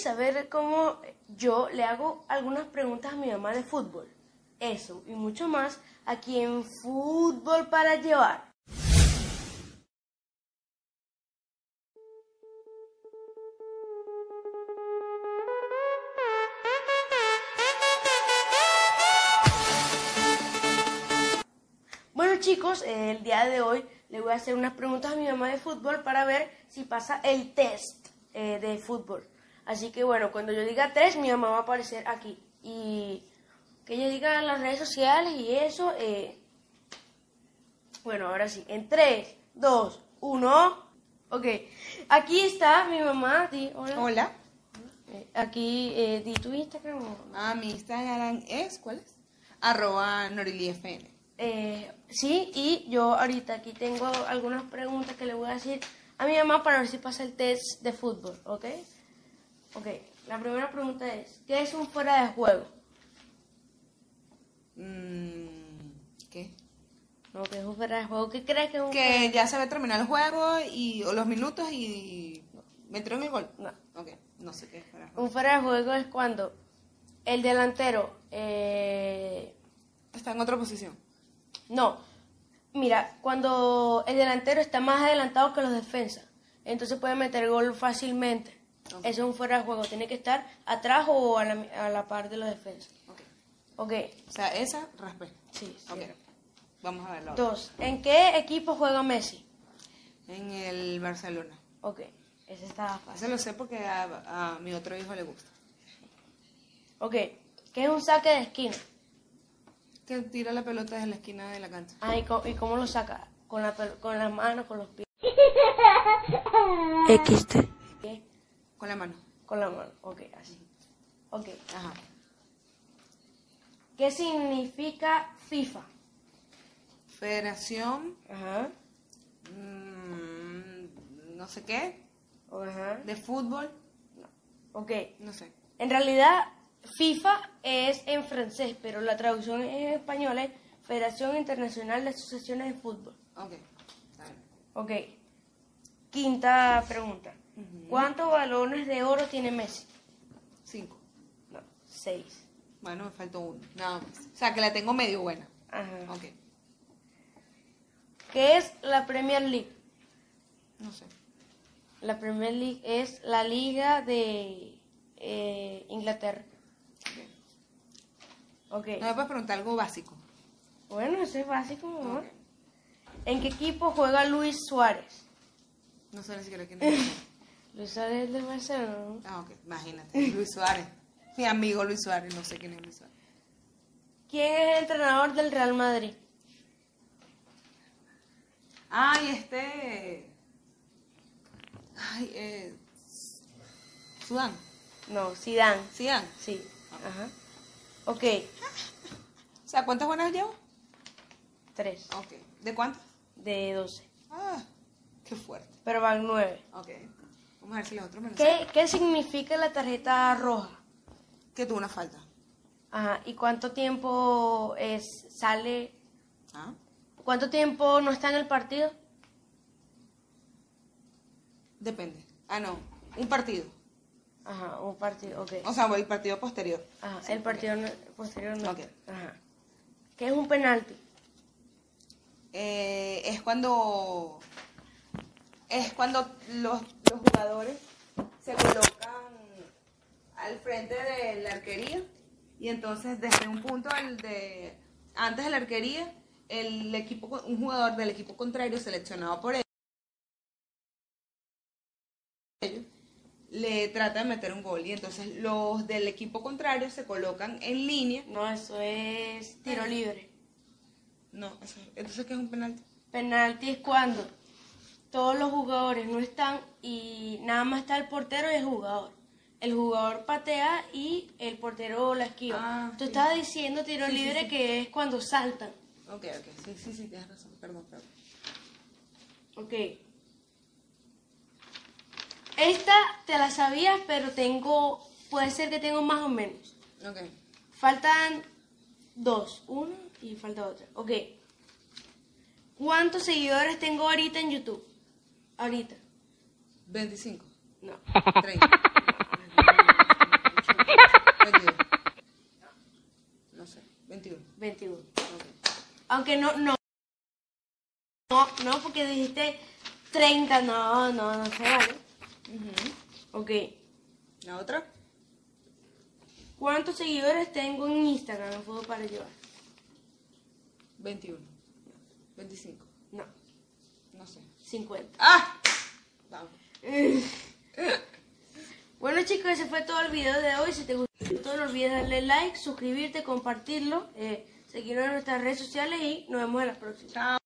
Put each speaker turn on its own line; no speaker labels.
saber cómo yo le hago algunas preguntas a mi mamá de fútbol. Eso y mucho más aquí en Fútbol para Llevar. Bueno chicos, eh, el día de hoy le voy a hacer unas preguntas a mi mamá de fútbol para ver si pasa el test eh, de fútbol. Así que bueno, cuando yo diga tres, mi mamá va a aparecer aquí. Y que ella diga en las redes sociales y eso. eh. Bueno, ahora sí, en tres, dos, uno. Ok, aquí está mi mamá. Di, hola.
Hola.
Eh, aquí, eh, di tu Instagram. o-
Ah, mi Instagram es, ¿cuál es? Arroba norilifn.
Eh, sí, y yo ahorita aquí tengo algunas preguntas que le voy a decir a mi mamá para ver si pasa el test de fútbol, ¿ok? Ok, la primera pregunta es, ¿qué es un fuera de juego?
Mm, ¿Qué?
No, ¿qué es un fuera de juego? ¿Qué crees que es un fuera de
Que ya se había terminado el juego y o los minutos y metieron el gol.
No.
Ok, no sé qué es para-
Un fuera de juego es cuando el delantero, eh,
Está en otra posición.
no, mira, cuando el delantero está más adelantado que los defensas, entonces puede meter gol fácilmente.
Ok.
Eso es un fuera de juego, tiene que estar atrás o a la, a la par de los defensas.
Ok.
Ok,
O sea, esa raspé.
sí. sí.
Ok. Vamos a ver la otra.
Dos, ¿en qué equipo juega Messi?
En el Barcelona.
Ok, ese estaba fácil.
Eso lo sé porque a, a mi otro hijo le gusta.
Ok, ¿qué es un saque de esquina?
Que tira la pelota desde la esquina de la cancha.
Ah, ¿y co- y cómo, lo saca? Con, la, pel- con las manos, con los pies.
XT.
¿Qué?
Con la mano.
Con la mano, ok, así. Ok,
Ajá.
¿qué significa FIFA?
Federación.
Ajá,
mm, no sé qué.
ajá.
De fútbol.
Ok,
No sé.
en realidad FIFA es en francés, pero la traducción en español es Federación Internacional de Asociaciones de Fútbol.
Ok. Está bien.
Ok. Quinta pregunta. ¿Cuántos balones de oro tiene Messi?
Cinco.
No, seis.
Bueno, me faltó uno. Nada más. O sea, que la tengo medio buena.
Ajá.
Ok.
¿Qué es la Premier League?
No sé.
La Premier League es la liga de eh, Inglaterra.
Ok.
Ok.
No me puedes preguntar algo básico.
Bueno, eso es básico, mamá.
Ok.
¿En qué equipo juega Luis Suárez?
No sé ni siquiera quién es.
Luis Suárez es de Barcelona. ¿no?
Ah, ok. Imagínate. Luis Suárez. Mi amigo Luis Suárez. No sé quién es Luis Suárez.
¿Quién es el entrenador del Real Madrid?
Ay, este. Ay, eh. Sudán.
No, Zidane.
Sidán.
Sí. Ajá. Ok,
O sea, ¿cuántas buenas llevo?
tres
Ok. ¿De cuántas?
de doce.
Ah, qué fuerte.
Pero van nueve.
Ok. Vamos a ver si los otros me lo sacan.
¿Qué, qué significa la tarjeta roja?
Que tuvo una falta.
Ajá, ¿y cuánto tiempo es, sale?
Ah.
¿Cuánto tiempo no está en el partido?
Depende. Ah, no. Un partido.
Ajá, un partido, ok.
O sea, el partido posterior.
Ajá, el partido no- posterior no.
Ok.
Ajá. ¿Qué es un penalti?
Eh, es cuando. Es cuando los, los jugadores se colocan al frente de la arquería. Y entonces, desde un punto el de, antes de la arquería, el equipo, un jugador del equipo contrario seleccionado por ellos le trata de meter un gol. Y entonces, los del equipo contrario se colocan en línea.
No, eso es tiro libre.
No, eso- entonces, ¿qué es un penalti?
Penalti es cuando todos los jugadores no están y nada más está el portero y el jugador. El jugador patea y el portero la esquiva.
Ah,
Tú
sí.
estabas diciendo tiro
Sí, sí,
libre
sí.
que es cuando saltan.
Ok, ok, sí, sí, sí, tienes razón, perdón, perdón.
Ok. Esta te la sabías, pero tengo. Puede ser que tengo más o menos.
Ok,
Faltan dos. Una y falta otra. Ok. ¿Cuántos seguidores tengo ahorita en YouTube? Ahorita.
25,
No.
30.
Aunque no, no. No, no, porque dijiste 30. No, no, no se vale. Ok.
¿La otra?
¿Cuántos seguidores tengo en Instagram? No puedo para llevar.
21. 25.
No,
No sé.
50.
¡Ah! Vamos.
Bueno chicos, ese fue todo el video de hoy. Si te gustó, no olvides darle like, suscribirte, compartirlo, eh, seguirnos en nuestras redes sociales y nos vemos en la próxima.
Chao.